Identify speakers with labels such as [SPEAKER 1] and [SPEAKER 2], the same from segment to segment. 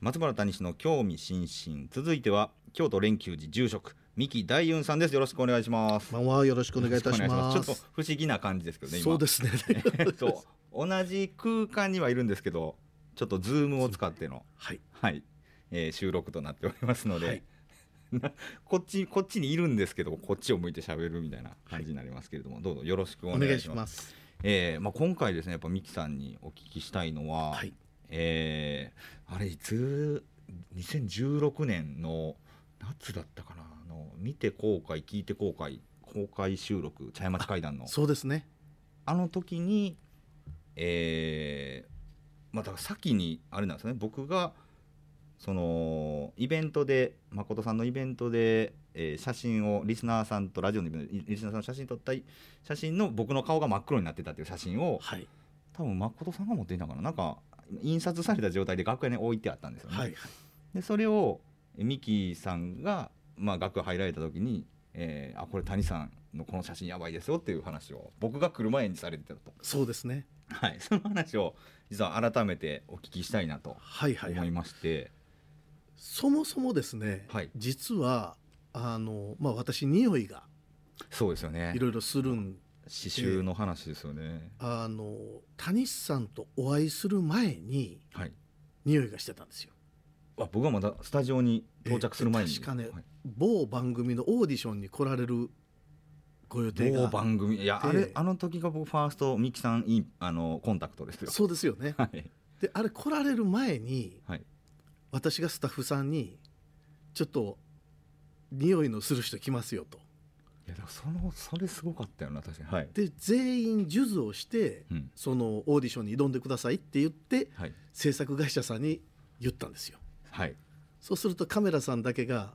[SPEAKER 1] 松村谷氏の興味津々続いては京都連休寺住職三木大雲さんですよろしくお願いします
[SPEAKER 2] こんばんはよろしくお願いいたしま
[SPEAKER 1] ち
[SPEAKER 2] す。
[SPEAKER 1] ょっと不思議な感じですけどね今
[SPEAKER 2] そうですね。
[SPEAKER 1] そう同じ空間にはいるんですけどちょっとズームを使っての、
[SPEAKER 2] はい。
[SPEAKER 1] はいえー収録となっておりますので、
[SPEAKER 2] はい
[SPEAKER 1] こっちこっちにいるんですけどこっちを向いて喋るみたいな感じになりますけれども、どうぞよろしくお
[SPEAKER 2] お
[SPEAKER 1] 願
[SPEAKER 2] 願
[SPEAKER 1] い
[SPEAKER 2] い
[SPEAKER 1] し
[SPEAKER 2] し
[SPEAKER 1] ます。
[SPEAKER 2] ます。
[SPEAKER 1] えーまあ、今回ですねやっぱミキさんにお聞きしたいのは、
[SPEAKER 2] はい。
[SPEAKER 1] えーあれいつ2016年の夏だったかなあの見て後悔聞いて後悔公開収録茶屋町会談の
[SPEAKER 2] そうですね。
[SPEAKER 1] あの時に、えーまあ、だから先にあれなんですよね僕がそのイベントで誠さんのイベントで、えー写真をリスナーさんとラジオのイベントでリリスナーさんの写真撮ったい写真の僕の顔が真っ黒になってたっていう写真を
[SPEAKER 2] はい。
[SPEAKER 1] 多分誠さんが持っていたのかななんか印刷された状態で楽屋に置いてあったんですよね。
[SPEAKER 2] はい。
[SPEAKER 1] でそれをミキさんが、まあ、楽屋入られた時に「えーあこれ谷さんのこの写真やばいですよ」っていう話を僕が来る前にされてたと。
[SPEAKER 2] そうですね。
[SPEAKER 1] はい、 その話を実は改めてお聞きしたいなと
[SPEAKER 2] はいはい
[SPEAKER 1] 思
[SPEAKER 2] はいい。
[SPEAKER 1] まして、
[SPEAKER 2] そもそもですね。
[SPEAKER 1] はい
[SPEAKER 2] 実はあのまあ私匂いが
[SPEAKER 1] そうですよね
[SPEAKER 2] いろいろするん
[SPEAKER 1] 刺繍の話ですよね、
[SPEAKER 2] あの谷さんとお会いする前に
[SPEAKER 1] はい
[SPEAKER 2] 匂いがしてたんですよ。
[SPEAKER 1] あ僕はまだスタジオに到着する前に、
[SPEAKER 2] え確かね
[SPEAKER 1] はい
[SPEAKER 2] 某番組のオーディションに来られるご予定
[SPEAKER 1] 某
[SPEAKER 2] が。
[SPEAKER 1] 番組いや
[SPEAKER 2] で
[SPEAKER 1] あれあの時が僕ファーストミキさんインあのコンタクトですよ
[SPEAKER 2] そうですよね。
[SPEAKER 1] はい
[SPEAKER 2] であれ来られる前に
[SPEAKER 1] はい
[SPEAKER 2] 私がスタッフさんにちょっと匂いのする人来ますよと
[SPEAKER 1] いやだからそのそれすごかったよな確かにはい、
[SPEAKER 2] で全員数珠をして
[SPEAKER 1] うん
[SPEAKER 2] そのオーディションに挑んでくださいって言って
[SPEAKER 1] はい
[SPEAKER 2] 制作会社さんに言ったんですよ
[SPEAKER 1] はい、
[SPEAKER 2] そうするとカメラさんだけが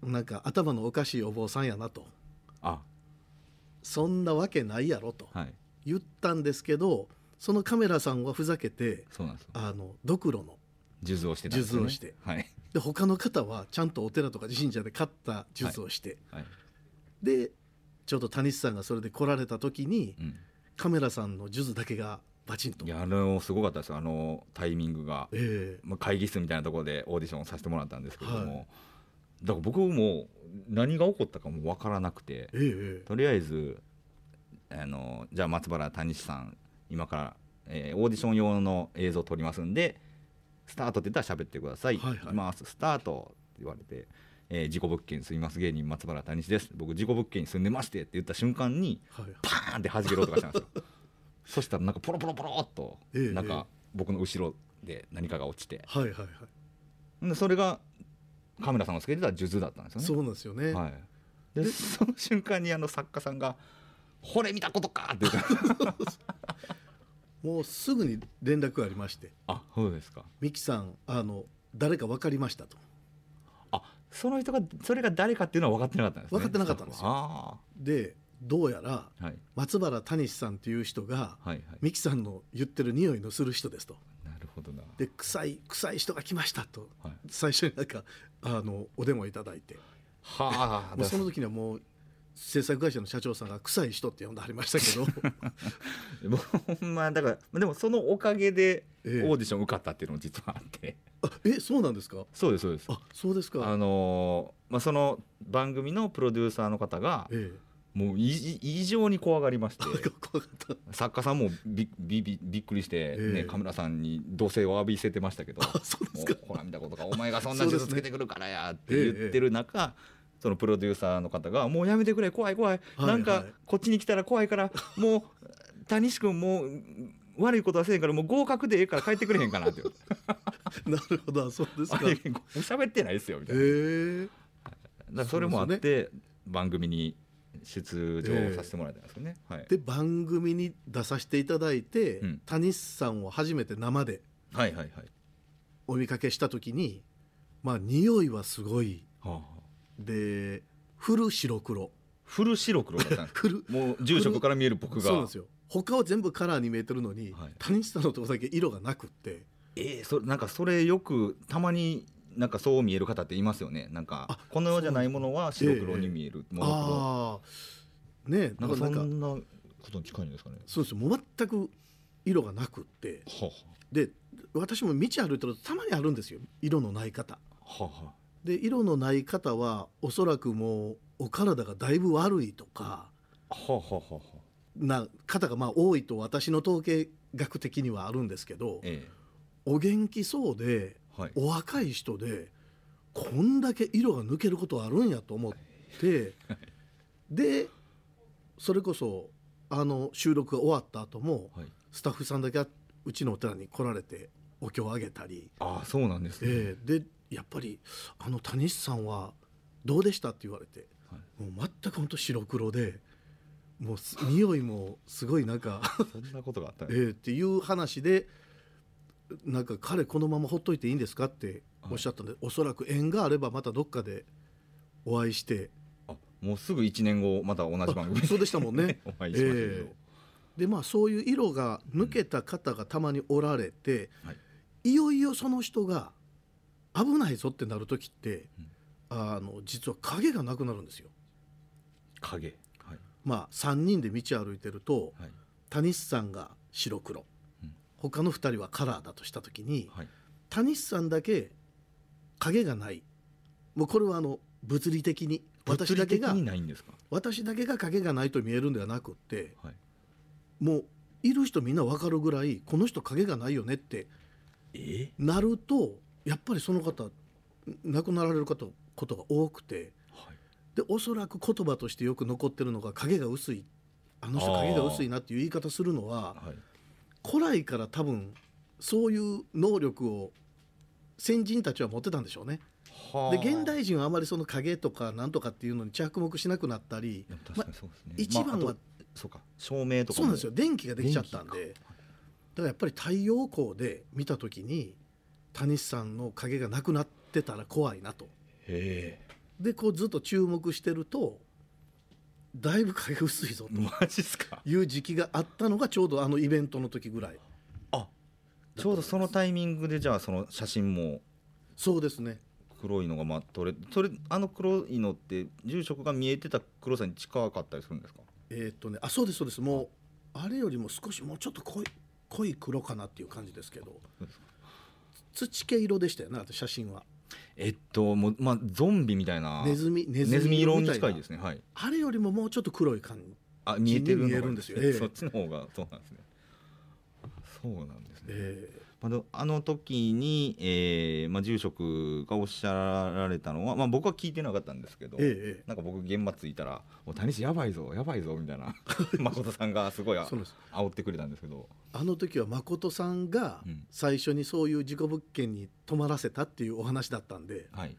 [SPEAKER 2] なんか頭のおかしいお坊さんやなと
[SPEAKER 1] あ
[SPEAKER 2] そんなわけないやろと
[SPEAKER 1] はい
[SPEAKER 2] 言ったんですけどそのカメラさんはふざけて
[SPEAKER 1] そうなんですよ
[SPEAKER 2] あのドクロの
[SPEAKER 1] 数珠をしてたんですよ、ね、
[SPEAKER 2] 数珠をして
[SPEAKER 1] はい
[SPEAKER 2] で他の方はちゃんとお寺とか神社で買った数珠をして、
[SPEAKER 1] はい、
[SPEAKER 2] でちょうど谷地さんがそれで来られた時に
[SPEAKER 1] うん、
[SPEAKER 2] カメラさんの数珠だけがバチンと
[SPEAKER 1] い。やあれもすごかったですよあのタイミングが
[SPEAKER 2] ええ
[SPEAKER 1] まあ、会議室みたいなところでオーディションをさせてもらったんですけれども、だから僕も何が起こったかも分からなくて
[SPEAKER 2] えええ
[SPEAKER 1] とりあえずあのじゃあ松原谷志さん今から、えーオーディション用の映像を撮りますんでスタートって言ったら喋ってください、
[SPEAKER 2] はいはい
[SPEAKER 1] きますスタートって言われて、えー事故物件に住みます芸人松原谷志です僕事故物件に住んでましてって言った瞬間に
[SPEAKER 2] はいはい
[SPEAKER 1] パーンって弾ける音がしたんです よそしたらなんかポロポロポロっと
[SPEAKER 2] ええ
[SPEAKER 1] なんか僕の後ろで何かが落ちて
[SPEAKER 2] はいはいは
[SPEAKER 1] でそれがカメラさんがつけてた数珠だったんですよ
[SPEAKER 2] い。
[SPEAKER 1] ね。
[SPEAKER 2] そうなんですよね。
[SPEAKER 1] はい、でその瞬間にあの作家さんが「これ見たことか!」って言った
[SPEAKER 2] もうすぐに連絡がありまして、
[SPEAKER 1] あそうですか
[SPEAKER 2] ミキさんあの誰か分かりましたと。
[SPEAKER 1] あその人がそれが誰かっていうのは分かってなかったんですね
[SPEAKER 2] 分かってなかったんですよ
[SPEAKER 1] あ
[SPEAKER 2] でどうやら
[SPEAKER 1] ーはい
[SPEAKER 2] 松原谷さんという人
[SPEAKER 1] は
[SPEAKER 2] が
[SPEAKER 1] いはい
[SPEAKER 2] ミキさんの言ってる匂いのする人ですと。
[SPEAKER 1] なるほどな、
[SPEAKER 2] で臭い臭い人が来ましたと
[SPEAKER 1] はい、
[SPEAKER 2] 最初になんかあのお電話いただいて、
[SPEAKER 1] はあ
[SPEAKER 2] もうその時にはもう制作会社の社長さんが臭い人って呼んでありましたけど。
[SPEAKER 1] ほんまだからでもそのおかげでオ
[SPEAKER 2] え
[SPEAKER 1] ー
[SPEAKER 2] え
[SPEAKER 1] ディション受かったっていうのも実はあって、
[SPEAKER 2] あえそうなんですか
[SPEAKER 1] そうですそうです
[SPEAKER 2] あそうですか
[SPEAKER 1] あのーまあ、その番組のプロデューサーの方が
[SPEAKER 2] ええ
[SPEAKER 1] もういじ異常に怖がりまして
[SPEAKER 2] なんか怖かった
[SPEAKER 1] 作家さんもびびびびっくりして、ね
[SPEAKER 2] ええ
[SPEAKER 1] カメラさんに怒声を浴びせてましたけど
[SPEAKER 2] あそうです
[SPEAKER 1] もうほ
[SPEAKER 2] か
[SPEAKER 1] ら見たことかお前がそんな
[SPEAKER 2] そう
[SPEAKER 1] 地
[SPEAKER 2] で
[SPEAKER 1] 図
[SPEAKER 2] すね
[SPEAKER 1] つけてくるからやって言ってる中そのプロデューサーの方が「もうやめてくれ怖い怖い、
[SPEAKER 2] はい
[SPEAKER 1] なんかこっちに来たら怖いからもう谷志君もう悪いことはせえへんからもう合格でええから帰ってくれへんかな」 って言う
[SPEAKER 2] なるほどそうです
[SPEAKER 1] あ
[SPEAKER 2] か
[SPEAKER 1] れ喋ってないですよみた
[SPEAKER 2] え
[SPEAKER 1] いなだから
[SPEAKER 2] え
[SPEAKER 1] それもあって番組に出場させてもらえたんですよね。はい
[SPEAKER 2] で番組に出させていただいて、
[SPEAKER 1] うん
[SPEAKER 2] 谷さんを初めて生で
[SPEAKER 1] はいはいはい
[SPEAKER 2] お見かけした時にまあ匂いはすごい
[SPEAKER 1] はあ
[SPEAKER 2] でフル白黒
[SPEAKER 1] フル白黒だったんで す
[SPEAKER 2] フル
[SPEAKER 1] もう住職から見える僕が
[SPEAKER 2] そうなんですよ他は全部カラーに見えてるのに、
[SPEAKER 1] はい
[SPEAKER 2] 谷さんのとこだけ色がなくって
[SPEAKER 1] ええそなんかそれよくたまになんかそう見える方っていますよねなんか
[SPEAKER 2] あ
[SPEAKER 1] この世じゃないものは白黒に見えるもの
[SPEAKER 2] ああねえ
[SPEAKER 1] な
[SPEAKER 2] だ
[SPEAKER 1] ん
[SPEAKER 2] か
[SPEAKER 1] から
[SPEAKER 2] な
[SPEAKER 1] そ
[SPEAKER 2] んか
[SPEAKER 1] んなことに近いんですかね
[SPEAKER 2] そうですよもう全く色がなくって
[SPEAKER 1] は
[SPEAKER 2] で私も道歩いてるとたまにあるんですよ色のない方
[SPEAKER 1] はは
[SPEAKER 2] で色のない方はおそらくもうお体がだいぶ悪いとか
[SPEAKER 1] はははは
[SPEAKER 2] な方がまあ多いと私の統計学的にはあるんですけど
[SPEAKER 1] え
[SPEAKER 2] お元気そうで
[SPEAKER 1] えはい
[SPEAKER 2] お若い人でこんだけ色が抜けることあるんやと思ってでそれこそあの収録が終わった後も
[SPEAKER 1] はい
[SPEAKER 2] スタッフさんだけうちのお寺に来られてお経をあげたり、
[SPEAKER 1] ああそうなんですね、
[SPEAKER 2] ええでやっぱり「あの谷口さんはどうでした?」って言われて、
[SPEAKER 1] は
[SPEAKER 2] もう全く本当白黒でもうす匂いもすごいなんか。
[SPEAKER 1] そんなことがあったん
[SPEAKER 2] え
[SPEAKER 1] です
[SPEAKER 2] ーっていう話でなんか彼このままほっといていいんですかっておっしゃったんで、おそらく縁があればまたどっかでお会いして
[SPEAKER 1] あもうすぐ1年後また同じ番組
[SPEAKER 2] あそうでしたもん ね
[SPEAKER 1] お会いしましたけど、
[SPEAKER 2] えでまあそういう色が抜けた方がたまにおられて、
[SPEAKER 1] はい
[SPEAKER 2] いよいよその人が危ないぞってなる時って、
[SPEAKER 1] うん
[SPEAKER 2] あの実は影がなくなるんですよ。
[SPEAKER 1] 影はい
[SPEAKER 2] まあ、3人で道歩いてると
[SPEAKER 1] はい
[SPEAKER 2] 谷さんが白黒、
[SPEAKER 1] うん
[SPEAKER 2] 他の2人はカラーだとした時に、
[SPEAKER 1] はい
[SPEAKER 2] 谷さんだけ影がないもうこれはあの物理的に私だけ
[SPEAKER 1] 物
[SPEAKER 2] が
[SPEAKER 1] 理的にないんですか
[SPEAKER 2] 私だけが影がないと見えるんではなくって
[SPEAKER 1] はい
[SPEAKER 2] もういる人みんな分かるぐらいこの人影がないよねって
[SPEAKER 1] え
[SPEAKER 2] なるとやっぱりその方亡くなられる方ことが多くて
[SPEAKER 1] はい
[SPEAKER 2] でおそらく言葉としてよく残ってるのが影が薄いあの人影が薄いなっていう言い方するの
[SPEAKER 1] は
[SPEAKER 2] は
[SPEAKER 1] い
[SPEAKER 2] 古来から多分そういう能力を先人たちは持ってたんでしょうね。
[SPEAKER 1] は
[SPEAKER 2] で現代人はあまりその影とかなんとかっていうのに着目しなくなったり
[SPEAKER 1] でも確かにそうですね、
[SPEAKER 2] 一番
[SPEAKER 1] まあ
[SPEAKER 2] は
[SPEAKER 1] あとそうか照明とか
[SPEAKER 2] そう
[SPEAKER 1] も
[SPEAKER 2] なんですよ電気ができちゃったん
[SPEAKER 1] 電
[SPEAKER 2] でだからやっぱり太陽光で見た時に谷さんの影がなくなってたら怖いなと
[SPEAKER 1] へ
[SPEAKER 2] でこうずっと注目してるとだいぶ影薄いぞ
[SPEAKER 1] えマジっすか
[SPEAKER 2] という時期があったのがちょうどあのイベントの時ぐらい
[SPEAKER 1] あちょうどそのタイミングでじゃあその写真も
[SPEAKER 2] そうですね
[SPEAKER 1] 黒いのがまあ撮れそれあの黒いのって住職が見えてた黒さに近かったりするんですか
[SPEAKER 2] えーっとねあそうですそうですもうあれよりも少しもうちょっと濃い濃い黒かなっていう感じですけど
[SPEAKER 1] そうですか
[SPEAKER 2] 土系色でしたよねあと写真は
[SPEAKER 1] えっともうまあゾンビみたいな
[SPEAKER 2] ネズミ
[SPEAKER 1] ネ
[SPEAKER 2] ネ
[SPEAKER 1] ズミ色に近い
[SPEAKER 2] な
[SPEAKER 1] ですねはい
[SPEAKER 2] あれよりももうちょっと黒い感じ
[SPEAKER 1] あ見えてるのが
[SPEAKER 2] 見えるんですよええ
[SPEAKER 1] そっちの方がそうなんですねそうなんですね、
[SPEAKER 2] え
[SPEAKER 1] まあでもあの時に、えーまあ、住職がおっしゃられたのは、まあ、僕は聞いてなかったんですけど、
[SPEAKER 2] えええ
[SPEAKER 1] なんか僕現場着いたら「もう谷氏やばいぞやばいぞ」みたいな 誠さんがすごいあ
[SPEAKER 2] そうなんです
[SPEAKER 1] 煽ってくれたんですけど
[SPEAKER 2] あの時は誠さんが
[SPEAKER 1] うん
[SPEAKER 2] 最初にそういう事故物件に泊まらせたっていうお話だったんで
[SPEAKER 1] はい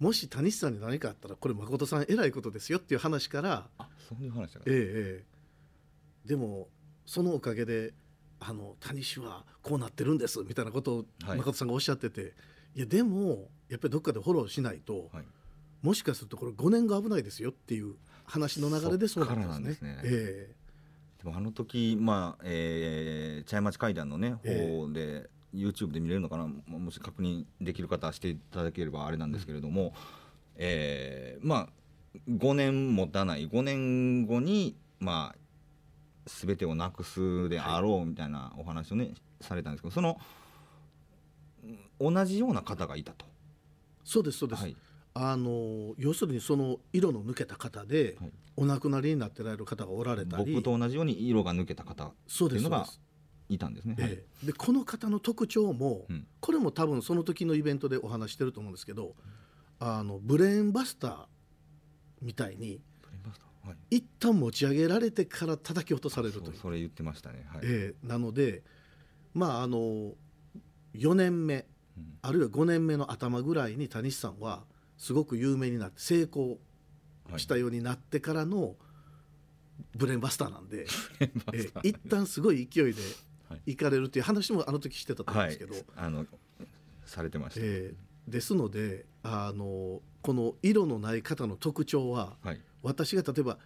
[SPEAKER 2] もし谷さんに何かあったらこれ誠さんえらいことですよっていう話から
[SPEAKER 1] あそういう話だか
[SPEAKER 2] え
[SPEAKER 1] ら
[SPEAKER 2] えええでもそのおかげであの谷氏はこうなってるんですみたいなことを
[SPEAKER 1] はい
[SPEAKER 2] 誠さんがおっしゃってて、い、やでもやっぱりどっかでフォローしないと、
[SPEAKER 1] はい
[SPEAKER 2] もしかするとこれ5年後危ないですよっていう話の流れでそうなったんです
[SPEAKER 1] そっから
[SPEAKER 2] ね
[SPEAKER 1] な。んですね
[SPEAKER 2] ええ
[SPEAKER 1] でもあの時まあ、えー、茶屋町会談のね
[SPEAKER 2] え
[SPEAKER 1] 方で、YouTube で見れるのかなももし確認できる方はしていただければあれなんですけれども、えーまあ5年持たない5年後にまあ全てをなくすであろうみたいなお話をね、されたんですけどそのうん同じような方がいたと。
[SPEAKER 2] そうですそうです、
[SPEAKER 1] はい
[SPEAKER 2] あの要するにその色の抜けた方で、
[SPEAKER 1] はい
[SPEAKER 2] お亡くなりになってられる方がおられたり
[SPEAKER 1] 僕と同じように色が抜けた方
[SPEAKER 2] そう
[SPEAKER 1] っ
[SPEAKER 2] です
[SPEAKER 1] ていうの
[SPEAKER 2] そう
[SPEAKER 1] が
[SPEAKER 2] です、
[SPEAKER 1] いたんですね。はい
[SPEAKER 2] ええでこの方の特徴も、
[SPEAKER 1] うん
[SPEAKER 2] これも多分その時のイベントでお話してると思うんですけどあのブレーンバスターみたいに
[SPEAKER 1] わかりましたはい
[SPEAKER 2] 一旦持ち上げられてから叩き落とされる
[SPEAKER 1] そ
[SPEAKER 2] という
[SPEAKER 1] うそれ言ってましたね。はい
[SPEAKER 2] ええなのでまああの4年目
[SPEAKER 1] うん
[SPEAKER 2] あるいは5年目の頭ぐらいに谷さんはすごく有名になって成功
[SPEAKER 1] はい
[SPEAKER 2] したようになってからのブレーンバスターなんで、 え
[SPEAKER 1] え
[SPEAKER 2] ー一旦すごい勢いで
[SPEAKER 1] はい
[SPEAKER 2] 行かれるっていう話もあの時してたと思うん
[SPEAKER 1] は
[SPEAKER 2] で
[SPEAKER 1] い
[SPEAKER 2] すけど、
[SPEAKER 1] あのされてました、
[SPEAKER 2] えーですのであのこの色のない方の特徴は
[SPEAKER 1] はい
[SPEAKER 2] 私が例えば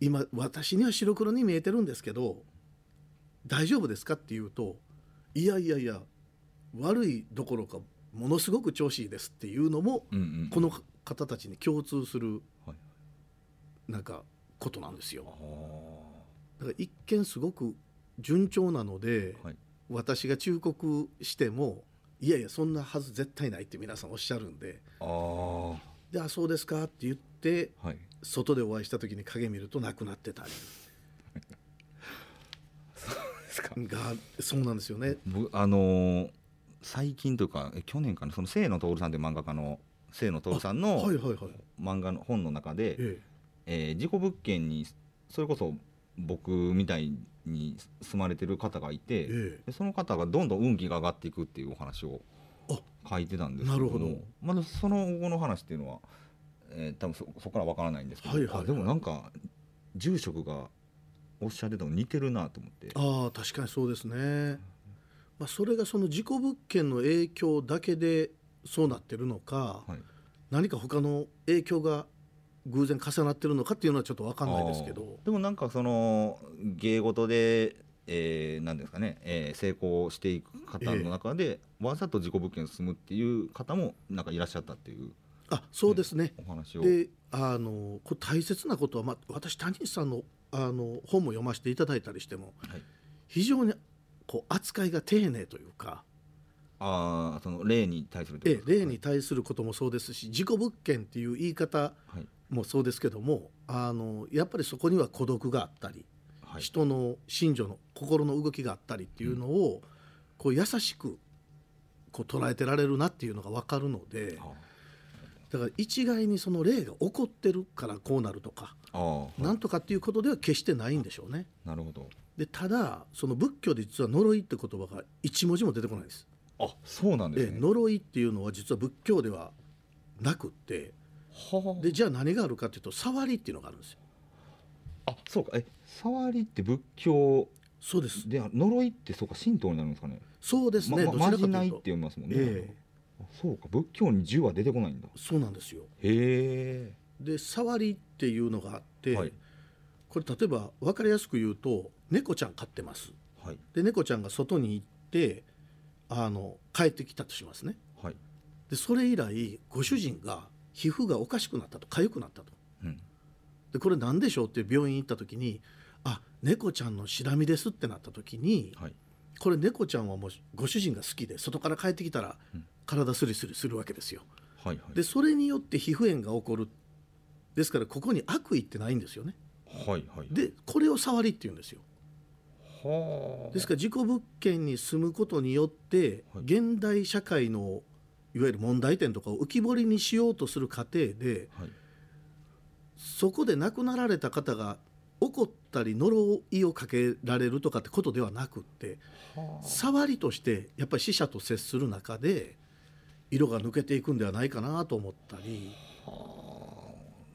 [SPEAKER 2] 今私には白黒に見えてるんですけど大丈夫ですかって言うといやいやいや悪いどころかものすごく調子いいですっていうのも
[SPEAKER 1] うんうん
[SPEAKER 2] この方たちに共通する
[SPEAKER 1] はい
[SPEAKER 2] なんかことなんですよ。
[SPEAKER 1] あ
[SPEAKER 2] だから一見すごく順調なので、
[SPEAKER 1] はい
[SPEAKER 2] 私が忠告してもいやいやそんなはず絶対ないって皆さんおっしゃるんで
[SPEAKER 1] ああは
[SPEAKER 2] 「であそうですか」って言って
[SPEAKER 1] い
[SPEAKER 2] 外でお会いした時に影見るとなくなってたり
[SPEAKER 1] ですか
[SPEAKER 2] がそうなんですよね
[SPEAKER 1] 僕あのー最近というかえ去年かなその清野徹さんという漫画家の清野徹さんの
[SPEAKER 2] はいはいはい
[SPEAKER 1] 漫画の本の中で、
[SPEAKER 2] え
[SPEAKER 1] えー事故物件にそれこそ僕みたいに住まれてる方がい
[SPEAKER 2] え
[SPEAKER 1] て、
[SPEAKER 2] え
[SPEAKER 1] でその方がどんどん運気が上がっていくっていうお話を
[SPEAKER 2] あ
[SPEAKER 1] 書いてたんですけども
[SPEAKER 2] なるほど
[SPEAKER 1] まだその後の話っていうのは、えー多分そそこからわからないんですけど、
[SPEAKER 2] はいはいはい
[SPEAKER 1] あでもなんか住職がおっしゃってたの似てるなと思って
[SPEAKER 2] ああ確かにそうですね、まあ、それがその事故物件の影響だけでそうなってるのか、
[SPEAKER 1] はい
[SPEAKER 2] 何か他の影響が偶然重なってるのかっていうのはちょっと分かんないですけど
[SPEAKER 1] あーでもなんかその芸事で、えー、なんですかね、えー成功していく方の中で、わざと事故物件に住むっていう方もなんかいらっしゃったっていう
[SPEAKER 2] あそうですね、
[SPEAKER 1] お話を
[SPEAKER 2] であのこれ大切なことは、まあ、私谷口さんのあの本も読ませていただいたりしても、
[SPEAKER 1] はい
[SPEAKER 2] 非常にこう扱いが丁寧というか、
[SPEAKER 1] あーその霊に対するって
[SPEAKER 2] ええ
[SPEAKER 1] ことです
[SPEAKER 2] 霊に対することもそうですし事故物件っていう言い方
[SPEAKER 1] はい
[SPEAKER 2] もそうですけどもあのやっぱりそこには孤独があったり、
[SPEAKER 1] はい
[SPEAKER 2] 人の心情の心の動きがあったりっていうのを、こう優しくこう捉えてられるなっていうのが分かるので
[SPEAKER 1] あ
[SPEAKER 2] だから一概にその霊が起こってるからこうなるとか、
[SPEAKER 1] あー
[SPEAKER 2] なんとかっていうことでは決してないんでしょうね。
[SPEAKER 1] なるほど
[SPEAKER 2] でただその仏教で実は呪いって言葉が一文字も出てこないんです。
[SPEAKER 1] あそうなんです
[SPEAKER 2] で
[SPEAKER 1] ね
[SPEAKER 2] 呪いっていうのは実は仏教ではなくって
[SPEAKER 1] はあ
[SPEAKER 2] でじゃあ何があるかっていうと触りっていうのがあるんですよ。
[SPEAKER 1] あそうかえ触りって仏教
[SPEAKER 2] そうです。
[SPEAKER 1] で呪いってそうか神道になるんですかね
[SPEAKER 2] そうですね。
[SPEAKER 1] まま
[SPEAKER 2] どち
[SPEAKER 1] ま
[SPEAKER 2] らか
[SPEAKER 1] じな
[SPEAKER 2] とい
[SPEAKER 1] いうって読
[SPEAKER 2] と。
[SPEAKER 1] みますもんね、
[SPEAKER 2] ええ
[SPEAKER 1] あそうか仏教に銃は出てこないんだ
[SPEAKER 2] そうなんですよ。
[SPEAKER 1] へ
[SPEAKER 2] で触りっていうのがあって、
[SPEAKER 1] えはい
[SPEAKER 2] これ例えば分かりやすく言うと猫ちゃん飼ってます。
[SPEAKER 1] はい
[SPEAKER 2] で猫ちゃんが外に行ってあの帰ってきたとしますね。
[SPEAKER 1] はい
[SPEAKER 2] でそれ以来ご主人が皮膚がおかしくなったと痒くなったと。
[SPEAKER 1] うん
[SPEAKER 2] でこれ何でしょうって病院行った時に「あ猫ちゃんのシラミです」ってなった時に
[SPEAKER 1] はい
[SPEAKER 2] これ猫ちゃんはもうご主人が好きで外から帰ってきたら
[SPEAKER 1] うん
[SPEAKER 2] 体スリスリするわけですよ。
[SPEAKER 1] はいはい
[SPEAKER 2] でそれによって皮膚炎が起こるですからここに悪意ってないんですよね。
[SPEAKER 1] はいはい
[SPEAKER 2] でこれを触りって言うんですよ。
[SPEAKER 1] はあ
[SPEAKER 2] ですから事故物件に住むことによって
[SPEAKER 1] はい
[SPEAKER 2] 現代社会のいわゆる問題点とかを浮き彫りにしようとする過程で
[SPEAKER 1] はい
[SPEAKER 2] そこで亡くなられた方が怒ったり呪いをかけられるとかってことではなくって
[SPEAKER 1] はあ
[SPEAKER 2] 触りとしてやっぱり死者と接する中で色が抜けていくんではないかなと思ったり
[SPEAKER 1] はあ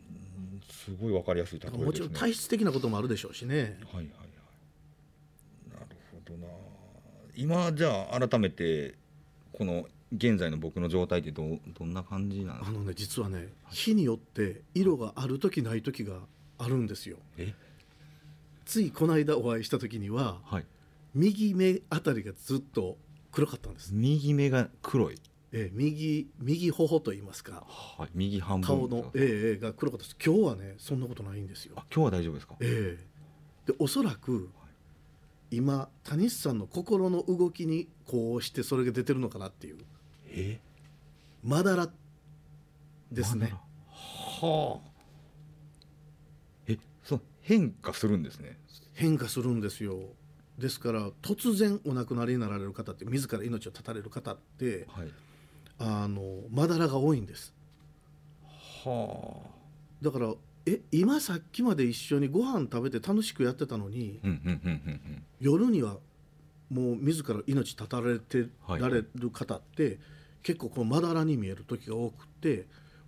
[SPEAKER 1] うんすごいわかりやすい例えですね
[SPEAKER 2] もちろん体質的なこともあるでしょうしね。
[SPEAKER 1] はいはいはいなるほどな今じゃあ改めてこの現在の僕の状態ってどどんな感じなんで
[SPEAKER 2] あ
[SPEAKER 1] すか
[SPEAKER 2] のね実はね日によって色がある時ない時があるんですよ
[SPEAKER 1] え
[SPEAKER 2] ついこの間お会いした時には
[SPEAKER 1] はい
[SPEAKER 2] 右目あたりがずっと黒かったんです、
[SPEAKER 1] 右目が黒い
[SPEAKER 2] ええ右右頬と言いますか
[SPEAKER 1] はい右半分
[SPEAKER 2] 顔の、ええええが黒かったです今日はねそんなことないんですよ
[SPEAKER 1] あ、今日は大丈夫ですか
[SPEAKER 2] ええでおそらく今谷口さんの心の動きにこうしてそれが出てるのかなっていう
[SPEAKER 1] え
[SPEAKER 2] まだらです
[SPEAKER 1] なんだ
[SPEAKER 2] ね
[SPEAKER 1] ろうはあえそう変化するんですね
[SPEAKER 2] 変化するんですよですから突然お亡くなりになられる方って自ら命を絶たれる方って
[SPEAKER 1] はい
[SPEAKER 2] あのまだらが多いんです
[SPEAKER 1] はあ
[SPEAKER 2] だからえ今さっきまで一緒にご飯食べて楽しくやってたのに
[SPEAKER 1] うんうんうんうんうん
[SPEAKER 2] 夜にはもう自ら命絶たれて
[SPEAKER 1] はい
[SPEAKER 2] られる方って結構こうまだらに見える時が多くて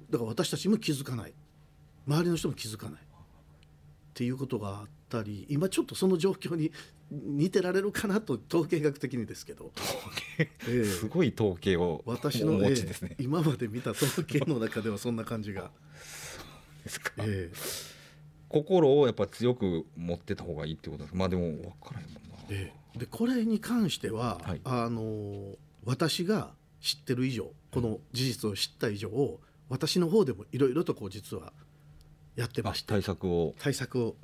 [SPEAKER 2] だから私たちも気づかない周りの人も気づかないっていうことがあったり今ちょっとその状況に 似てられるかなと統計学的にですけどええ
[SPEAKER 1] すごい統計を
[SPEAKER 2] 私の、
[SPEAKER 1] お
[SPEAKER 2] え
[SPEAKER 1] 持ちです
[SPEAKER 2] え
[SPEAKER 1] ね。
[SPEAKER 2] 今まで見た統計の中ではそんな 感じが、
[SPEAKER 1] ですか
[SPEAKER 2] ええ
[SPEAKER 1] 心をやっぱ強く持ってた方がいいってことですかまあでも分からへんもんな。
[SPEAKER 2] ででこれに関しては、
[SPEAKER 1] はい
[SPEAKER 2] あの私が知ってる以上この事実を知った以上私の方でもいろいろとこう実はやってま
[SPEAKER 1] あ
[SPEAKER 2] して
[SPEAKER 1] 対策を
[SPEAKER 2] 対策を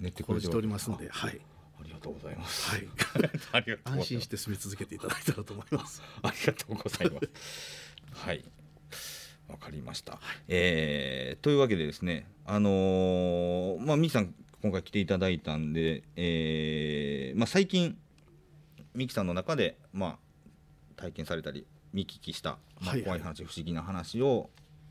[SPEAKER 1] 練ってく
[SPEAKER 2] 講
[SPEAKER 1] れて
[SPEAKER 2] じ
[SPEAKER 1] る
[SPEAKER 2] ておりますので、はい、
[SPEAKER 1] あありがとうございます。
[SPEAKER 2] はい
[SPEAKER 1] ありがとうござい
[SPEAKER 2] 安
[SPEAKER 1] ます
[SPEAKER 2] 心して住み続けていただいたらと思います。
[SPEAKER 1] ありがとうございます。はい。わかりました。えーというわけでですね、あのーまあ、ミキさん、今回来ていただいたんで、えーまあ、最近、ミキさんの中で、まあ、体験されたり、見聞きした、まあ
[SPEAKER 2] はいはい
[SPEAKER 1] 怖い話、不思議な話を、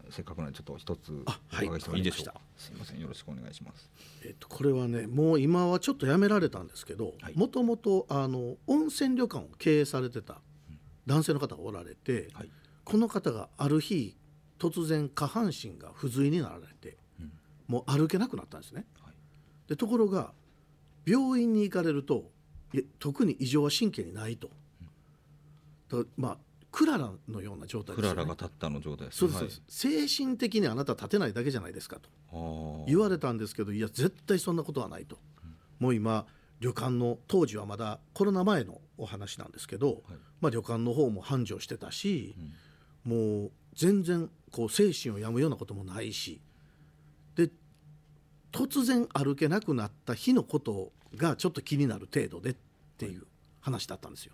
[SPEAKER 1] せっかくなんで、ちょっと一つ
[SPEAKER 2] あ
[SPEAKER 1] お
[SPEAKER 2] はい
[SPEAKER 1] 伺いしてもいいでしょうか。すみません、よろしくお願いします。
[SPEAKER 2] えっと、これはねもう今はちょっとやめられたんですけど
[SPEAKER 1] はい
[SPEAKER 2] もともとあの温泉旅館を経営されてた
[SPEAKER 1] うん
[SPEAKER 2] 男性の方がおられて、
[SPEAKER 1] はい
[SPEAKER 2] この方がある日突然下半身が不随になられて
[SPEAKER 1] うん
[SPEAKER 2] もう歩けなくなったんですね。
[SPEAKER 1] はい
[SPEAKER 2] でところが病院に行かれるといや特に異常は神経にないと。とまあクララのような状態
[SPEAKER 1] ク
[SPEAKER 2] ですよ
[SPEAKER 1] ラ
[SPEAKER 2] ね。
[SPEAKER 1] ラが立ったの状態です
[SPEAKER 2] そう
[SPEAKER 1] ね、
[SPEAKER 2] ですそうです、精神的にあなた立てないだけじゃないですかと
[SPEAKER 1] はい。
[SPEAKER 2] 言わ
[SPEAKER 1] れ
[SPEAKER 2] れたんですけどいや絶対そんなことはないと、もう今旅館の当時はまだコロナ前のお話なんですけど、
[SPEAKER 1] はい
[SPEAKER 2] まあ、旅館の方も繁盛してたし、もう全然こう精神を病むようなこともないしで突然歩けなくなった日のことがちょっと気になる程度でっていう話だったんですよ。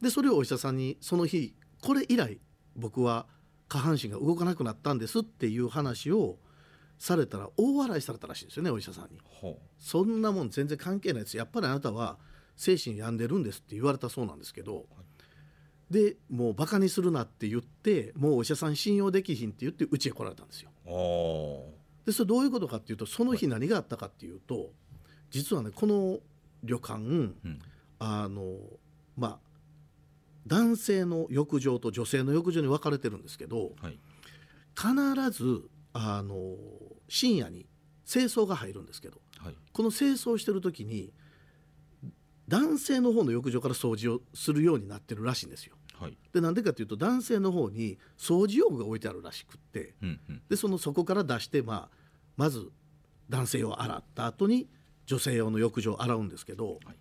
[SPEAKER 2] でそれをお医者さんにその日これ以来僕は下半身が動かなくなったんですっていう話をされたら大笑いされたらしいんですよねお医者さんに。
[SPEAKER 1] ほ
[SPEAKER 2] そんなもん全然関係ないですやっぱりあなたは精神病んでるんですって言われたそうなんですけど、でもうバカにするなって言ってもうお医者さん信用できひんって言ってうちへ来られたんですよ
[SPEAKER 1] うああ。
[SPEAKER 2] でそれどういうことかっていうとその日何があったかっていうと、実はねこの旅館
[SPEAKER 1] うん
[SPEAKER 2] あのまあ男性の浴場と女性の浴場に分かれてるんですけど
[SPEAKER 1] はい。
[SPEAKER 2] 必ずあの深夜に清掃が入るんですけど
[SPEAKER 1] はい。
[SPEAKER 2] この清掃してる時に男性の方の浴場から掃除をするようになってるらしいんですよ。
[SPEAKER 1] はい。
[SPEAKER 2] でなんでかというと男性の方に掃除用具が置いてあるらしくって
[SPEAKER 1] うん。うん。
[SPEAKER 2] でそのそこから出して、まあ、まず男性を洗った後に女性用の浴場を洗うんですけど、
[SPEAKER 1] はい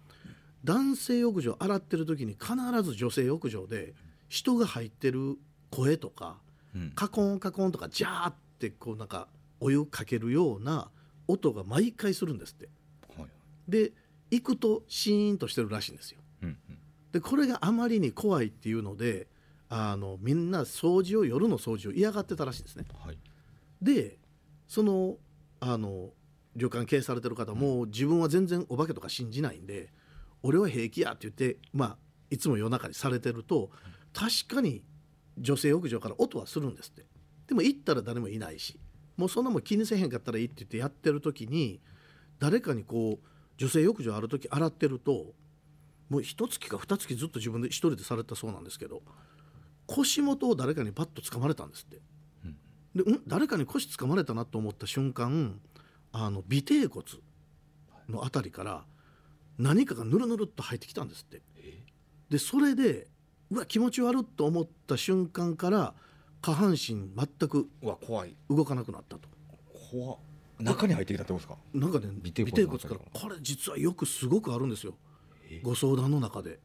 [SPEAKER 2] 男性浴場洗ってる時に必ず女性浴場で人が入ってる声とか
[SPEAKER 1] うん。
[SPEAKER 2] カコンカコンとかジャーってこうなんかお湯かけるような音が毎回するんですって。
[SPEAKER 1] はい。
[SPEAKER 2] で行くとシーンとしてるらしいんですよ。
[SPEAKER 1] うん。うん。
[SPEAKER 2] でこれがあまりに怖いっていうのであのみんな掃除を夜の掃除を嫌がってたらしいんですね
[SPEAKER 1] はい。
[SPEAKER 2] でそのあの旅館経営されてる方も自分は全然お化けとか信じないんで俺は平気やって言って、まあ、いつも夜中にされてると確かに女性浴場から音はするんですってでも行ったら誰もいないしもうそんなもん気にせへんかったらいいって言ってやってる時に誰かにこう女性浴場ある時洗ってるともう一月か二月ずっと自分で一人でされてたそうなんですけど腰元を誰かにパッと掴まれたんですって。でうん誰かに腰つかまれたなと思った瞬間あの尾てい骨のあたりから何かがぬるぬるっと入ってきたんですって
[SPEAKER 1] え
[SPEAKER 2] でそれでうわ気持ち悪っと思った瞬間から下半身全く
[SPEAKER 1] うわ、怖い。
[SPEAKER 2] 動かなくなったと
[SPEAKER 1] 怖っ。中に入ってきたってことですか。
[SPEAKER 2] なんかね
[SPEAKER 1] 尾
[SPEAKER 2] 尾
[SPEAKER 1] て
[SPEAKER 2] て
[SPEAKER 1] い
[SPEAKER 2] い
[SPEAKER 1] 骨
[SPEAKER 2] 骨
[SPEAKER 1] のあた
[SPEAKER 2] か
[SPEAKER 1] りから
[SPEAKER 2] らこれ実はよくすごくあるんですよ
[SPEAKER 1] え
[SPEAKER 2] ご相談の中で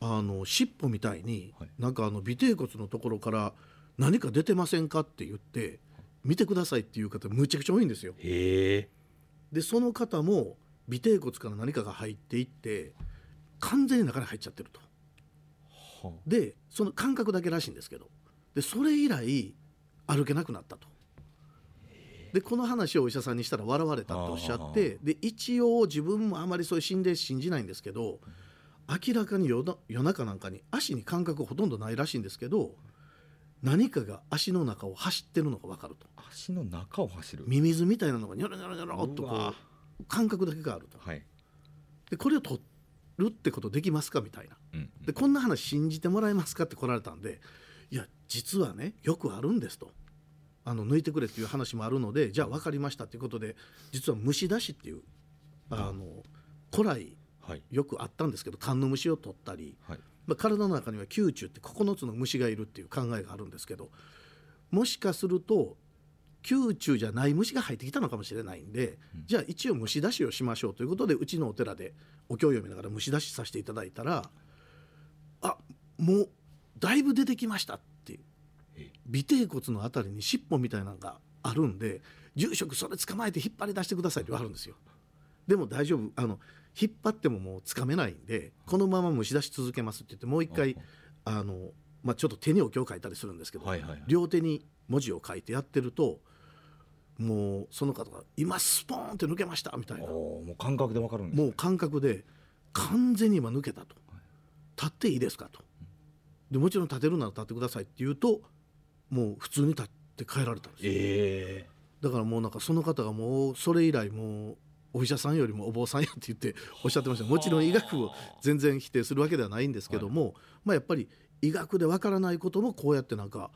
[SPEAKER 2] あの尻尾みたいに、
[SPEAKER 1] はい
[SPEAKER 2] なんかあの尾てい骨のところから何か出てませんかって言って見てくださいっていう方むちゃくちゃ多いんですよ
[SPEAKER 1] へえ。
[SPEAKER 2] でその方も尾てい骨から何かが入っていって完全に中に入っちゃってると
[SPEAKER 1] はあ。
[SPEAKER 2] でその感覚だけらしいんですけどでそれ以来歩けなくなったとでこの話をお医者さんにしたら笑われたっておっしゃってで一応自分もあまりそういう心霊信じないんですけど明らかに夜な夜中なんかに足に感覚ほとんどないらしいんですけど何かが足の中を走ってるのが分かると
[SPEAKER 1] 足の中を走る。
[SPEAKER 2] ミミズみたいなのがニョロニョロニョロっと
[SPEAKER 1] うわ
[SPEAKER 2] こう感覚だけがあると。
[SPEAKER 1] はい。
[SPEAKER 2] でこれを取るってことできますかみたいな
[SPEAKER 1] うん。
[SPEAKER 2] でこんな話信じてもらえますかって来られたんでいや実はねよくあるんですとあの抜いてくれっていう話もあるのでじゃあ分かりましたということで実は虫出しっていうあの古来
[SPEAKER 1] はい。
[SPEAKER 2] よくあったんですけど缶の虫を取ったり、
[SPEAKER 1] はい。
[SPEAKER 2] まあ、体の中には宮中って9つの虫がいるっていう考えがあるんですけどもしかすると宮中じゃない虫が入ってきたのかもしれないんで、
[SPEAKER 1] うん
[SPEAKER 2] じゃあ一応虫出しをしましょうということでうちのお寺でお経を読みながら虫出しさせていただいたらあもうだいぶ出てきましたっていう
[SPEAKER 1] え
[SPEAKER 2] 尾てい骨のあたりに尻尾みたいなのがあるんで住職それ捕まえて引っ張り出してくださいって言わはるんですよ。でも大丈夫あの引っ張ってももうつかめないんでこのまま蒸し出し続けますって言ってもう一回あの、まあ、ちょっと手にお経を書いたりするんですけど、
[SPEAKER 1] はいはいはい
[SPEAKER 2] 両手に文字を書いてやってるともうその方が「今スポーンって抜けました」みたいな
[SPEAKER 1] おーもう感覚でわかるんです
[SPEAKER 2] もう感覚で完全に今抜けたと
[SPEAKER 1] はい
[SPEAKER 2] 立っていいですかとでもちろん立てるなら立ってくださいって言うともう普通に立って帰られたんですよ
[SPEAKER 1] え
[SPEAKER 2] だからもうなんかその方がもうそれ以来もうお医者さんよりもお坊さんやって言っておっしゃってましたもちろん医学を全然否定するわけではないんですけども、まあやっぱり医学でわからないこともこうやってなんか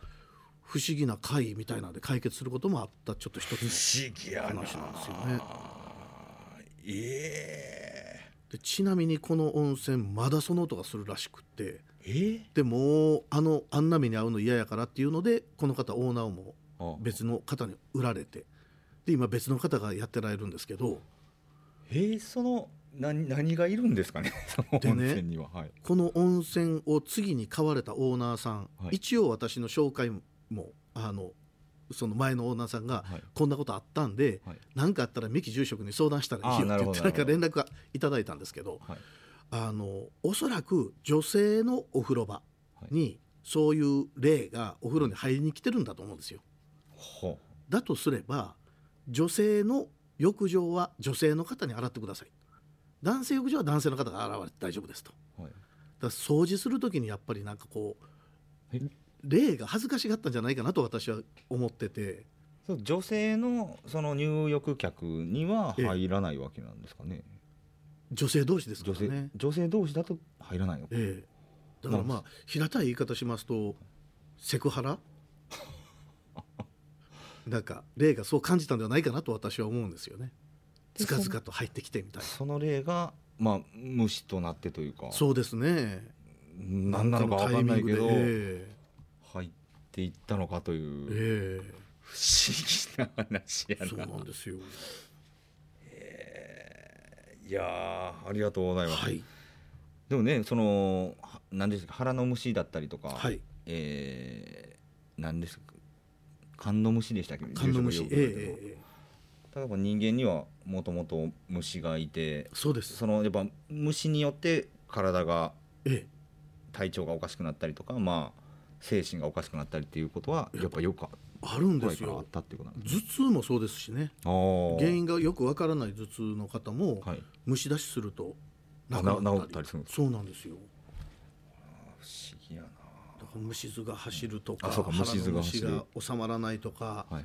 [SPEAKER 2] 不思議な会みたいなので解決することもあったちょっと一つ
[SPEAKER 1] 不思議やな
[SPEAKER 2] 話なんですよね
[SPEAKER 1] え
[SPEAKER 2] でちなみにこの温泉まだその音がするらしくって
[SPEAKER 1] ええ
[SPEAKER 2] でもうあのあんな目に遭うの嫌やからっていうのでこの方オーナーをも
[SPEAKER 1] あ
[SPEAKER 2] 別の方に売られてで今別の方がやってられるんですけど
[SPEAKER 1] えー、その何何がいるんですかね その
[SPEAKER 2] で
[SPEAKER 1] 温
[SPEAKER 2] ね
[SPEAKER 1] 泉には、はい
[SPEAKER 2] この温泉を次に買われたオーナーさん、
[SPEAKER 1] はい
[SPEAKER 2] 一応私の紹介もあのその前のオーナーさんが
[SPEAKER 1] はい
[SPEAKER 2] こんなことあったんで
[SPEAKER 1] はい
[SPEAKER 2] 何、なんかあったら三木住職に相談したらいいよ
[SPEAKER 1] あーな
[SPEAKER 2] って
[SPEAKER 1] る
[SPEAKER 2] 言
[SPEAKER 1] ほ
[SPEAKER 2] っ
[SPEAKER 1] ど
[SPEAKER 2] てなんか連絡がいただいたんですけど、
[SPEAKER 1] はい
[SPEAKER 2] あのおそらく女性のお風呂場にそういう霊がお風呂に入りに来てるんだと思うんですよ。
[SPEAKER 1] ほ
[SPEAKER 2] だとすれば女性の浴場は女性の方に洗ってください男性浴場は男性の方が洗われて大丈夫ですと
[SPEAKER 1] うはい
[SPEAKER 2] だから掃除する時にやっぱりなんかこう
[SPEAKER 1] え
[SPEAKER 2] 霊が恥ずかしがったんじゃないかなと私は思ってて
[SPEAKER 1] そう女性のその入浴客には
[SPEAKER 2] ええ
[SPEAKER 1] 入らないわけなんですかね
[SPEAKER 2] 女性同士ですか
[SPEAKER 1] 女
[SPEAKER 2] ら
[SPEAKER 1] 性、
[SPEAKER 2] ね、
[SPEAKER 1] 女性同士だと入らないのか
[SPEAKER 2] ええ、だからまあ平たい言い方しますとセクハラ なんか霊がそう感じたんではないかなと私は思うんですよね
[SPEAKER 1] で
[SPEAKER 2] ずかず
[SPEAKER 1] その
[SPEAKER 2] かと入ってきてみたい
[SPEAKER 1] その例がまあ虫となってというか
[SPEAKER 2] なそうですね
[SPEAKER 1] 何なのか分かんないけど、
[SPEAKER 2] んかのタイミングでええ
[SPEAKER 1] 入っていったのかという
[SPEAKER 2] え
[SPEAKER 1] 不思議な話
[SPEAKER 2] え
[SPEAKER 1] や
[SPEAKER 2] そう
[SPEAKER 1] な
[SPEAKER 2] なんですよ。
[SPEAKER 1] いやーありがとうございます、
[SPEAKER 2] はい、
[SPEAKER 1] でもねそのは何ですか腹の虫だったりとか、
[SPEAKER 2] はい、
[SPEAKER 1] えー、何ですか寒の虫でしたっけ
[SPEAKER 2] 観音虫
[SPEAKER 1] 住、
[SPEAKER 2] え
[SPEAKER 1] 所
[SPEAKER 2] え
[SPEAKER 1] が
[SPEAKER 2] え
[SPEAKER 1] よく出て
[SPEAKER 2] え
[SPEAKER 1] る
[SPEAKER 2] ええ
[SPEAKER 1] 例えば人間にはもともと虫がいて
[SPEAKER 2] そうです。
[SPEAKER 1] そのやっぱ虫によって体が
[SPEAKER 2] え
[SPEAKER 1] 体調がおかしくなったりとかまあ精神がおかしくなったりっていうことはやっぱよくあ
[SPEAKER 2] え、あるんで
[SPEAKER 1] 怖い
[SPEAKER 2] す
[SPEAKER 1] からあっ
[SPEAKER 2] よ。
[SPEAKER 1] たっていうことなんです
[SPEAKER 2] 頭痛もそうですしね。
[SPEAKER 1] あー
[SPEAKER 2] 原因がよくわからない頭痛の方も、
[SPEAKER 1] はい
[SPEAKER 2] 虫出しすると
[SPEAKER 1] あ
[SPEAKER 2] 亡くな
[SPEAKER 1] な治ったりするんです
[SPEAKER 2] そうなんですよ。
[SPEAKER 1] 不思議やな
[SPEAKER 2] だから虫図が走るとか、
[SPEAKER 1] あそうか
[SPEAKER 2] 虫
[SPEAKER 1] 虫
[SPEAKER 2] 図
[SPEAKER 1] 図が
[SPEAKER 2] が虫
[SPEAKER 1] 走る
[SPEAKER 2] が収まらないとか、
[SPEAKER 1] はい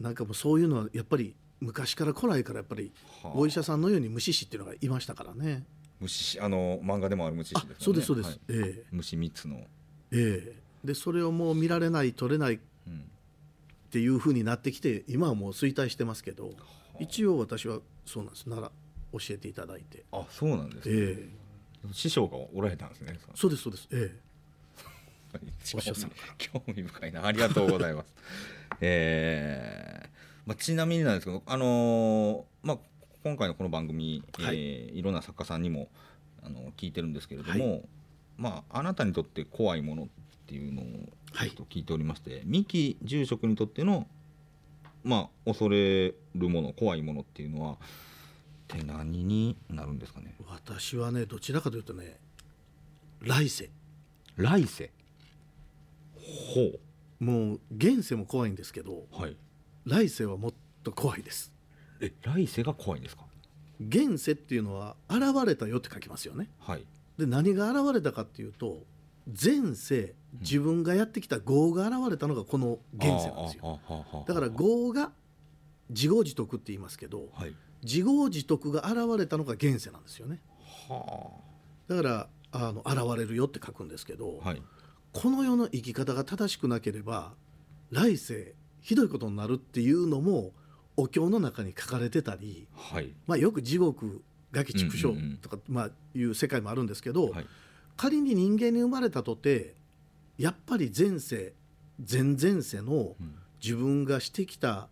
[SPEAKER 2] なんかもうそういうのはやっぱり昔から古来からやっぱり
[SPEAKER 1] はあ
[SPEAKER 2] お医者さんのように虫師っていうのがいましたからね。
[SPEAKER 1] 虫師あの漫画でもある虫師
[SPEAKER 2] あ
[SPEAKER 1] ですよ、ね、
[SPEAKER 2] そうですそうです。
[SPEAKER 1] はい
[SPEAKER 2] ええ
[SPEAKER 1] 虫三つの、
[SPEAKER 2] ええ、でそれをもう見られない取れないっ
[SPEAKER 1] うん、
[SPEAKER 2] ていうふうになってきて今はもう衰退してますけど一応私はそうなんですなら教えていただいて、
[SPEAKER 1] あそうなんです、ね
[SPEAKER 2] ええ、
[SPEAKER 1] 師匠がおられたんですね
[SPEAKER 2] そうですそうです、え
[SPEAKER 1] 興味興味深いなありがとうございます えーまあ、ちなみになんですけどあのーまあ今回のこの番組、
[SPEAKER 2] はい
[SPEAKER 1] いえーいろんな作家さんにもあの聞いてるんですけれども、まああなたにとって怖いものっていうのを
[SPEAKER 2] はい
[SPEAKER 1] ちょっと聞いておりまして、三木住職にとってのまあ恐れるもの怖いものっていうのはって何になるんですかね
[SPEAKER 2] え、私はねどちらかというとね来世
[SPEAKER 1] 来世ほ
[SPEAKER 2] もう現世も怖いんですけど
[SPEAKER 1] うはい
[SPEAKER 2] 来世はもっと怖いです
[SPEAKER 1] え来世が怖いんですか
[SPEAKER 2] 現世っていうのは現れたよって書きますよね
[SPEAKER 1] はい
[SPEAKER 2] で何が現れたかっていうと前世自分がやってきた業が現れたのがこの現世なんですよ
[SPEAKER 1] よ
[SPEAKER 2] だから業が自業自得って言いますけど
[SPEAKER 1] はい
[SPEAKER 2] 自業自得が現れたのが現世なんですよね
[SPEAKER 1] は
[SPEAKER 2] だからあの現れるよって書くんですけど、
[SPEAKER 1] あはい
[SPEAKER 2] この世の生き方が正しくなければ来世ひどいことになるっていうのもお経の中に書かれてたり、
[SPEAKER 1] はい
[SPEAKER 2] まあ、よく地獄ガキ畜生
[SPEAKER 1] うんうんうん
[SPEAKER 2] とか、まあ、いう世界もあるんですけど、
[SPEAKER 1] はい
[SPEAKER 2] 仮に人間に生まれたとてやっぱり前世前々世の
[SPEAKER 1] うん
[SPEAKER 2] 自分がしてきた、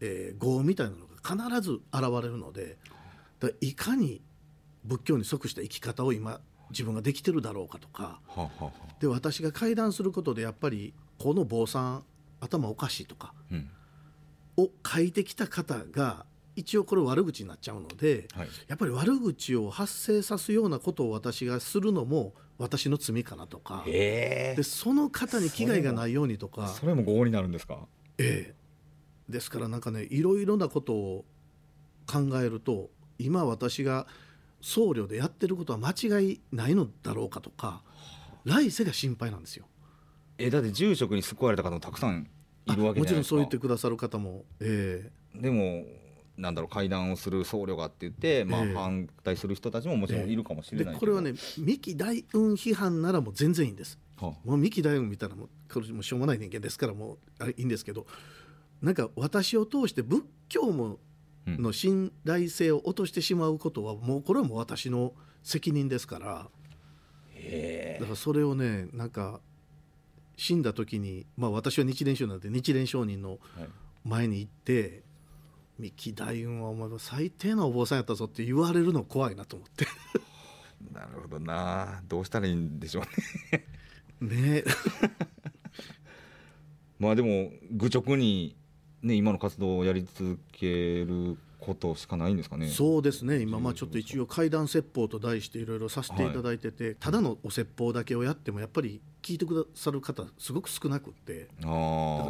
[SPEAKER 2] えー業みたいなのが必ず現れるのでだからいかに仏教に即した生き方を今自分ができてるだろうかとか
[SPEAKER 1] はあはあはあ
[SPEAKER 2] で私が会談することでやっぱりこの坊さん頭おかしいとか
[SPEAKER 1] うん
[SPEAKER 2] を書いてきた方が一応これ悪口になっちゃうので
[SPEAKER 1] はい、
[SPEAKER 2] やっぱり悪口を発生さすようなことを私がするのも私の罪かなとか
[SPEAKER 1] え
[SPEAKER 2] でその方に危害がないようにとか
[SPEAKER 1] それも合になるんですか
[SPEAKER 2] ええ、ですからなんかねいろいろなことを考えると今私が僧侶でやってることは間違いないのだろうかとか来世が心配なんですよ。
[SPEAKER 1] えだって住職に救われた方もたくさんい
[SPEAKER 2] あ
[SPEAKER 1] るわ
[SPEAKER 2] も
[SPEAKER 1] けじ
[SPEAKER 2] ち
[SPEAKER 1] ゃない
[SPEAKER 2] ろん
[SPEAKER 1] ですか
[SPEAKER 2] そう言ってくださる方も、え
[SPEAKER 1] でもなんだろう会談をする僧侶がって言って、まあ、
[SPEAKER 2] ええ
[SPEAKER 1] 反対する人たちももちろんいるかもしれ
[SPEAKER 2] えで
[SPEAKER 1] ないけ
[SPEAKER 2] こ
[SPEAKER 1] ど、
[SPEAKER 2] れはね三木大運批判ならもう全然いいんです。
[SPEAKER 1] は
[SPEAKER 2] もう三木大運見たらもうこれもうしょうがない人間ですからもうあれいいんですけどなんか私を通して仏教も
[SPEAKER 1] うん
[SPEAKER 2] の信頼性を落としてしまうことはもうこれはもう私の責任ですから
[SPEAKER 1] へ
[SPEAKER 2] だからそれをねなんか死んだ時に、まあ、私は日蓮宗なんで日蓮上人の
[SPEAKER 1] え、はい
[SPEAKER 2] 前に行って「三木大雲はお前は最低なお坊さんやったぞ」って言われるの怖いなと 思って。
[SPEAKER 1] なるほどなどうしたらいいんでしょうね
[SPEAKER 2] ね
[SPEAKER 1] まあでも愚直にね今の活動をやり続けることしかないんですかね
[SPEAKER 2] そうですね今まあ
[SPEAKER 1] 十
[SPEAKER 2] ちょ
[SPEAKER 1] 分
[SPEAKER 2] っと一応怪談説法と題していろいろさせていただいてて、ただのお説法だけをやってもやっぱり聞いてくださる方すごく少なくってだからや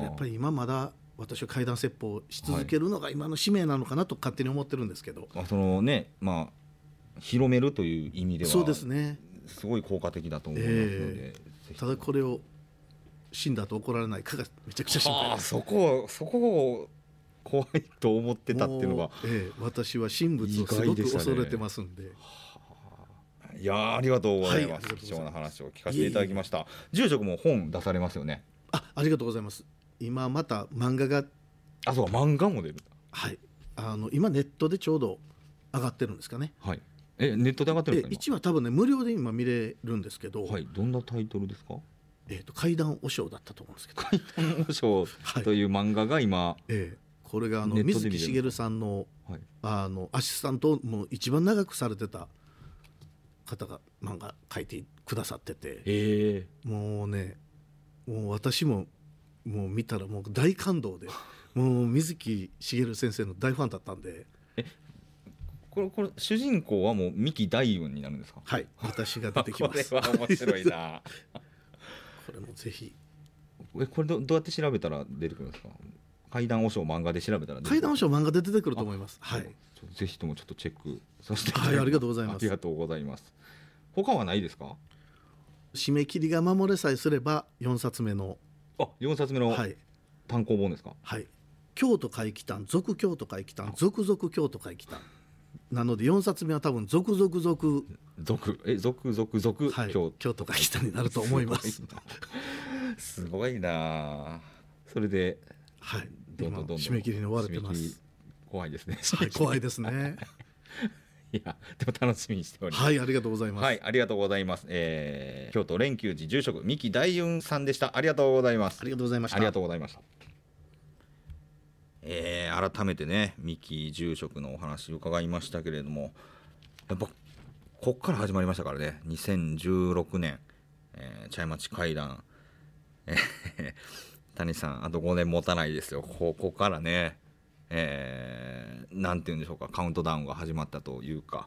[SPEAKER 1] あ
[SPEAKER 2] っ
[SPEAKER 1] あ
[SPEAKER 2] ぱり今まだ私は怪談説法をし続けるのが今の使命なのかなと勝手に思ってるんですけど、
[SPEAKER 1] あそのねまあ広めるという意味では
[SPEAKER 2] そうですね
[SPEAKER 1] すごい効果的だと思いますので、ぜひ
[SPEAKER 2] ただこれを死んだと怒られないかがめちゃくちゃ心配
[SPEAKER 1] あ
[SPEAKER 2] で
[SPEAKER 1] ー
[SPEAKER 2] す。
[SPEAKER 1] そこそこを怖いと思ってたっていうのが
[SPEAKER 2] もうええ私は神仏をすご
[SPEAKER 1] 意外で
[SPEAKER 2] く
[SPEAKER 1] したね
[SPEAKER 2] 恐れてますんで
[SPEAKER 1] いやーありがとうござい
[SPEAKER 2] はい
[SPEAKER 1] ま
[SPEAKER 2] あり
[SPEAKER 1] す、
[SPEAKER 2] がとうございます
[SPEAKER 1] 貴重な話を聞かせていただきました住職も本出されますよね
[SPEAKER 2] あありがとうございます今また漫画が
[SPEAKER 1] あそうか漫画も出る
[SPEAKER 2] はいあの今ネットでちょうど上がってるんですかね
[SPEAKER 1] はいえネットで上がってる
[SPEAKER 2] で
[SPEAKER 1] んですか
[SPEAKER 2] 1話多分ね無料で今見れるんですけど、
[SPEAKER 1] 今はいどんなタイトルですか
[SPEAKER 2] えー、と怪談和尚だったと思うんですけど、
[SPEAKER 1] 「本の章
[SPEAKER 2] は」い
[SPEAKER 1] という漫画が今、
[SPEAKER 2] えーこれがあの
[SPEAKER 1] ネットで見れ
[SPEAKER 2] 水
[SPEAKER 1] る
[SPEAKER 2] 木しげるさんの
[SPEAKER 1] はい
[SPEAKER 2] あのアシスタントをもう一番長くされてた方が漫画書いてくださってて
[SPEAKER 1] ええ
[SPEAKER 2] もうねもう私ももう見たらもう大感 動でもう水木しげる先生の大ファンだったんで、
[SPEAKER 1] これこれ主人公はもう三木大雲になるんですか
[SPEAKER 2] はい、私が出てきま す。
[SPEAKER 1] これは面白いな
[SPEAKER 2] これもぜひ
[SPEAKER 1] えこれどどうやって調べたら出てくるんですか怪談和尚漫画で調べたら出てくる
[SPEAKER 2] 怪談和尚漫画で出てくると思います。はい、
[SPEAKER 1] ちょぜひともちょっとチェックさせて
[SPEAKER 2] はいありがとうございま す
[SPEAKER 1] ありがとうございます他はないですか
[SPEAKER 2] 締め切りが守れさえすれば4冊目の、
[SPEAKER 1] あ4冊目の
[SPEAKER 2] はい
[SPEAKER 1] 単行本ですか、
[SPEAKER 2] はい、京都会帰譚続京都会帰譚続々京都会帰譚なので4冊目は多分続々続
[SPEAKER 1] 続え続続続、
[SPEAKER 2] はい
[SPEAKER 1] 今日
[SPEAKER 2] 京都会帰譚になると思います
[SPEAKER 1] すごいな すごいなそれで
[SPEAKER 2] はい
[SPEAKER 1] どん
[SPEAKER 2] 今
[SPEAKER 1] どんどんどん
[SPEAKER 2] 締め切りに追われてま
[SPEAKER 1] 締め切
[SPEAKER 2] す
[SPEAKER 1] り怖いですね、
[SPEAKER 2] はい 怖い
[SPEAKER 1] い
[SPEAKER 2] ですね
[SPEAKER 1] やでも楽しみにしております
[SPEAKER 2] はいありがとうございます、
[SPEAKER 1] はい、ありがとうございます、えー、京都連休寺住職三木大雲さんでしたありがとうございます
[SPEAKER 2] ありがとうございました
[SPEAKER 1] ありがとうございました。えー改めてね三木住職のお話伺いましたけれどもやっぱこっから始まりましたからね2016年、えー茶屋町会談、えー 谷さんあと5年持たないですよここからねえーなんて言うんでしょうかカウントダウンが始まったというか、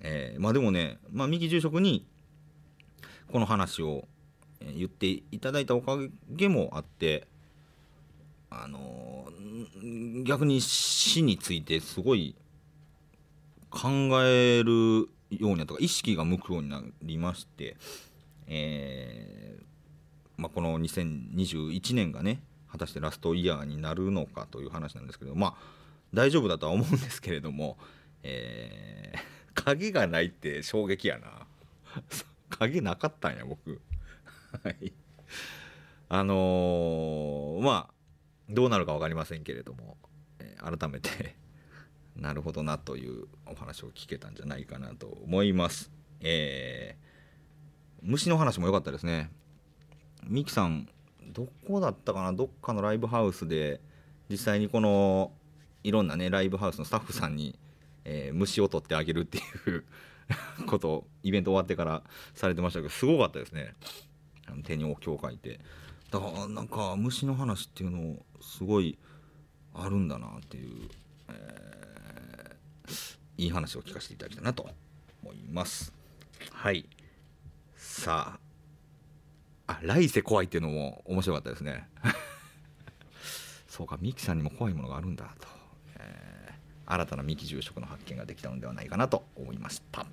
[SPEAKER 1] えーまあでもね、まあ、三木住職にこの話をえー言っていただいたおかげもあって、あのーん逆に死についてすごい考えるようになったとか意識が向くようになりまして、えーまあ、この2021年がね果たしてラストイヤーになるのかという話なんですけどまあ大丈夫だとは思うんですけれども、えー鍵がないって衝撃やな 鍵なかったんや僕。はい。あのーまあどうなるか分かりませんけれども、えー改めて なるほどなというお話を聞けたんじゃないかなと思います。えー虫の話も良かったですね。ミキさんどこだったかなどっかのライブハウスで実際にこのいろんなねライブハウスのスタッフさんに、えー虫を取ってあげるっていう ことをイベント終わってからされてましたけどすごかったですね。あの手にお経を書いてだからなんか虫の話っていうのすごいあるんだなっていうえーいい話を聞かせていただきたいなと思います。はい。さあ、あ、来世怖いっていうのも面白かったですね。 そうか、ミキさんにも怖いものがあるんだと、えー新たなミキ住職の発見ができたのではないかなと思いました。